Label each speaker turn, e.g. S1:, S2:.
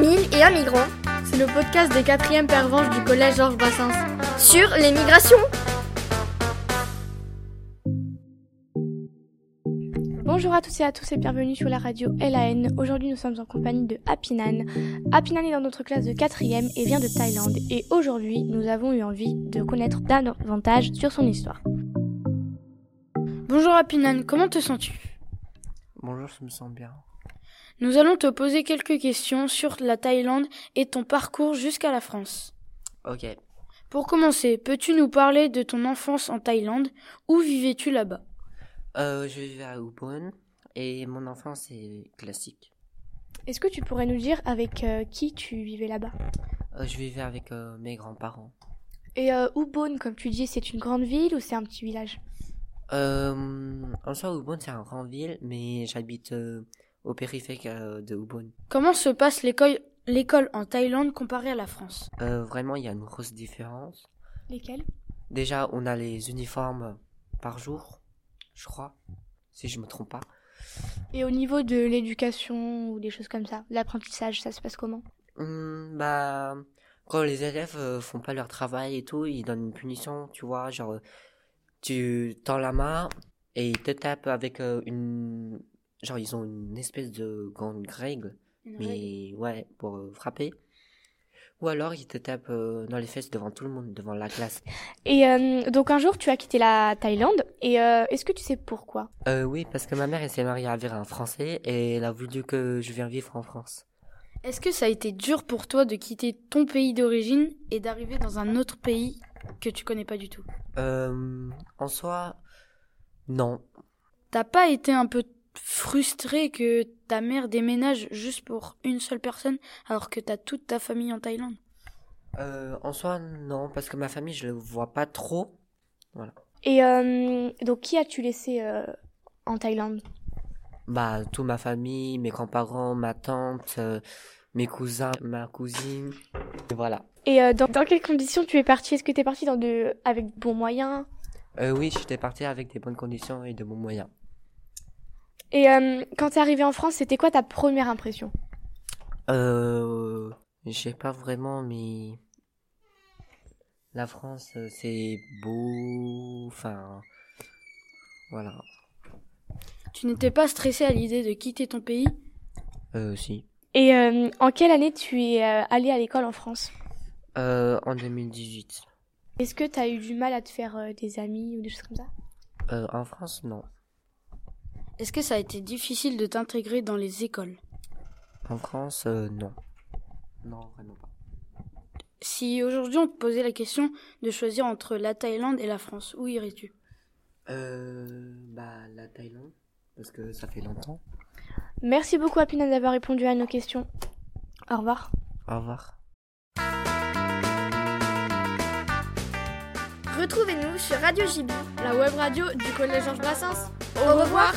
S1: Mille et un migrant
S2: C'est le podcast des 4e pervenches du collège Georges Brassens.
S1: sur les migrations.
S2: Bonjour à tous et à tous et bienvenue sur la radio LAN. Aujourd'hui nous sommes en compagnie de Apinan. Apinan est dans notre classe de 4e et vient de Thaïlande. Et aujourd'hui nous avons eu envie de connaître davantage sur son histoire.
S3: Bonjour Apinan, comment te sens-tu
S4: Bonjour, je me sens bien.
S3: Nous allons te poser quelques questions sur la Thaïlande et ton parcours jusqu'à la France.
S4: Ok.
S3: Pour commencer, peux-tu nous parler de ton enfance en Thaïlande Où vivais-tu là-bas
S4: Euh, je vivais à Ubon et mon enfance est classique.
S2: Est-ce que tu pourrais nous dire avec euh, qui tu vivais là-bas
S4: Euh, je vivais avec euh, mes grands-parents.
S2: Et euh, Ubon, comme tu dis, c'est une grande ville ou c'est un petit village
S4: Euh, en soi, Ubon, c'est une grande ville, mais j'habite euh, au périphérique euh, de Ubon.
S3: Comment se passe l'école l'école en Thaïlande comparée à la France
S4: Euh, vraiment, il y a une grosse différence.
S2: Lesquels
S4: Déjà, on a les uniformes par jour, je crois, si je me trompe pas.
S2: Et au niveau de l'éducation ou des choses comme ça, l'apprentissage, ça se passe comment
S4: Hmm, bah, quand les élèves euh, font pas leur travail et tout, ils donnent une punition, tu vois, genre, euh, tu tends la main et ils te tapent avec euh, une... Genre, ils ont une espèce de grande règle, mais ouais, pour euh, frapper. Ou alors, ils te tapent euh, dans les fesses devant tout le monde, devant la classe.
S2: Et euh, donc un jour, tu as quitté la Thaïlande. Et euh, est-ce que tu sais pourquoi
S4: Euh, oui, parce que ma mère, elle s'est mariée avec un Français et elle a voulu que je vienne vivre en France.
S3: Est-ce que ça a été dur pour toi de quitter ton pays d'origine et d'arriver dans un autre pays que tu connais pas du tout
S4: Euh, en soi, non,
S3: T'as pas été un peu frustré que ta mère déménage juste pour une seule personne alors que t'as toute ta famille en Thaïlande
S4: Euh, en soi, non, parce que ma famille, je le vois pas trop.
S2: Et euh, donc qui as-tu laissé euh, en Thaïlande
S4: Bah, toute ma famille, mes grands-parents, ma tante, euh, mes cousins, ma cousine. Et voilà.
S2: Et euh, dans, dans quelles conditions tu es parti Est-ce que tu es parti dans de, avec bons moyens
S4: Euh, oui, j'étais parti avec des bonnes conditions et de bons moyens.
S2: Et euh, quand tu es arrivé en France, c'était quoi ta première impression
S4: Euh, j'ai pas vraiment, mais la France, euh, c'est beau. Enfin, voilà.
S3: Tu n'étais pas stressé à l'idée de quitter ton pays
S4: Euh, si.
S2: Et euh, en quelle année tu es euh, allé à l'école en France
S4: Euh, en 2018.
S2: Est-ce que tu as eu du mal à te faire euh, des amis ou des choses comme ça
S4: Euh, en France, non.
S3: Est-ce que ça a été difficile de t'intégrer dans les écoles
S4: En France, euh, non. Non, vraiment pas.
S3: Si aujourd'hui on te posait la question de choisir entre la Thaïlande et la France, où irais-tu
S4: Euh, bah, la Thaïlande, parce que ça fait longtemps.
S2: Merci beaucoup Apina d'avoir répondu à nos questions. Au revoir.
S4: Au revoir.
S1: Retrouvez-nous sur Radio JB.
S2: La web radio du collège Georges Brassens.
S1: Au revoir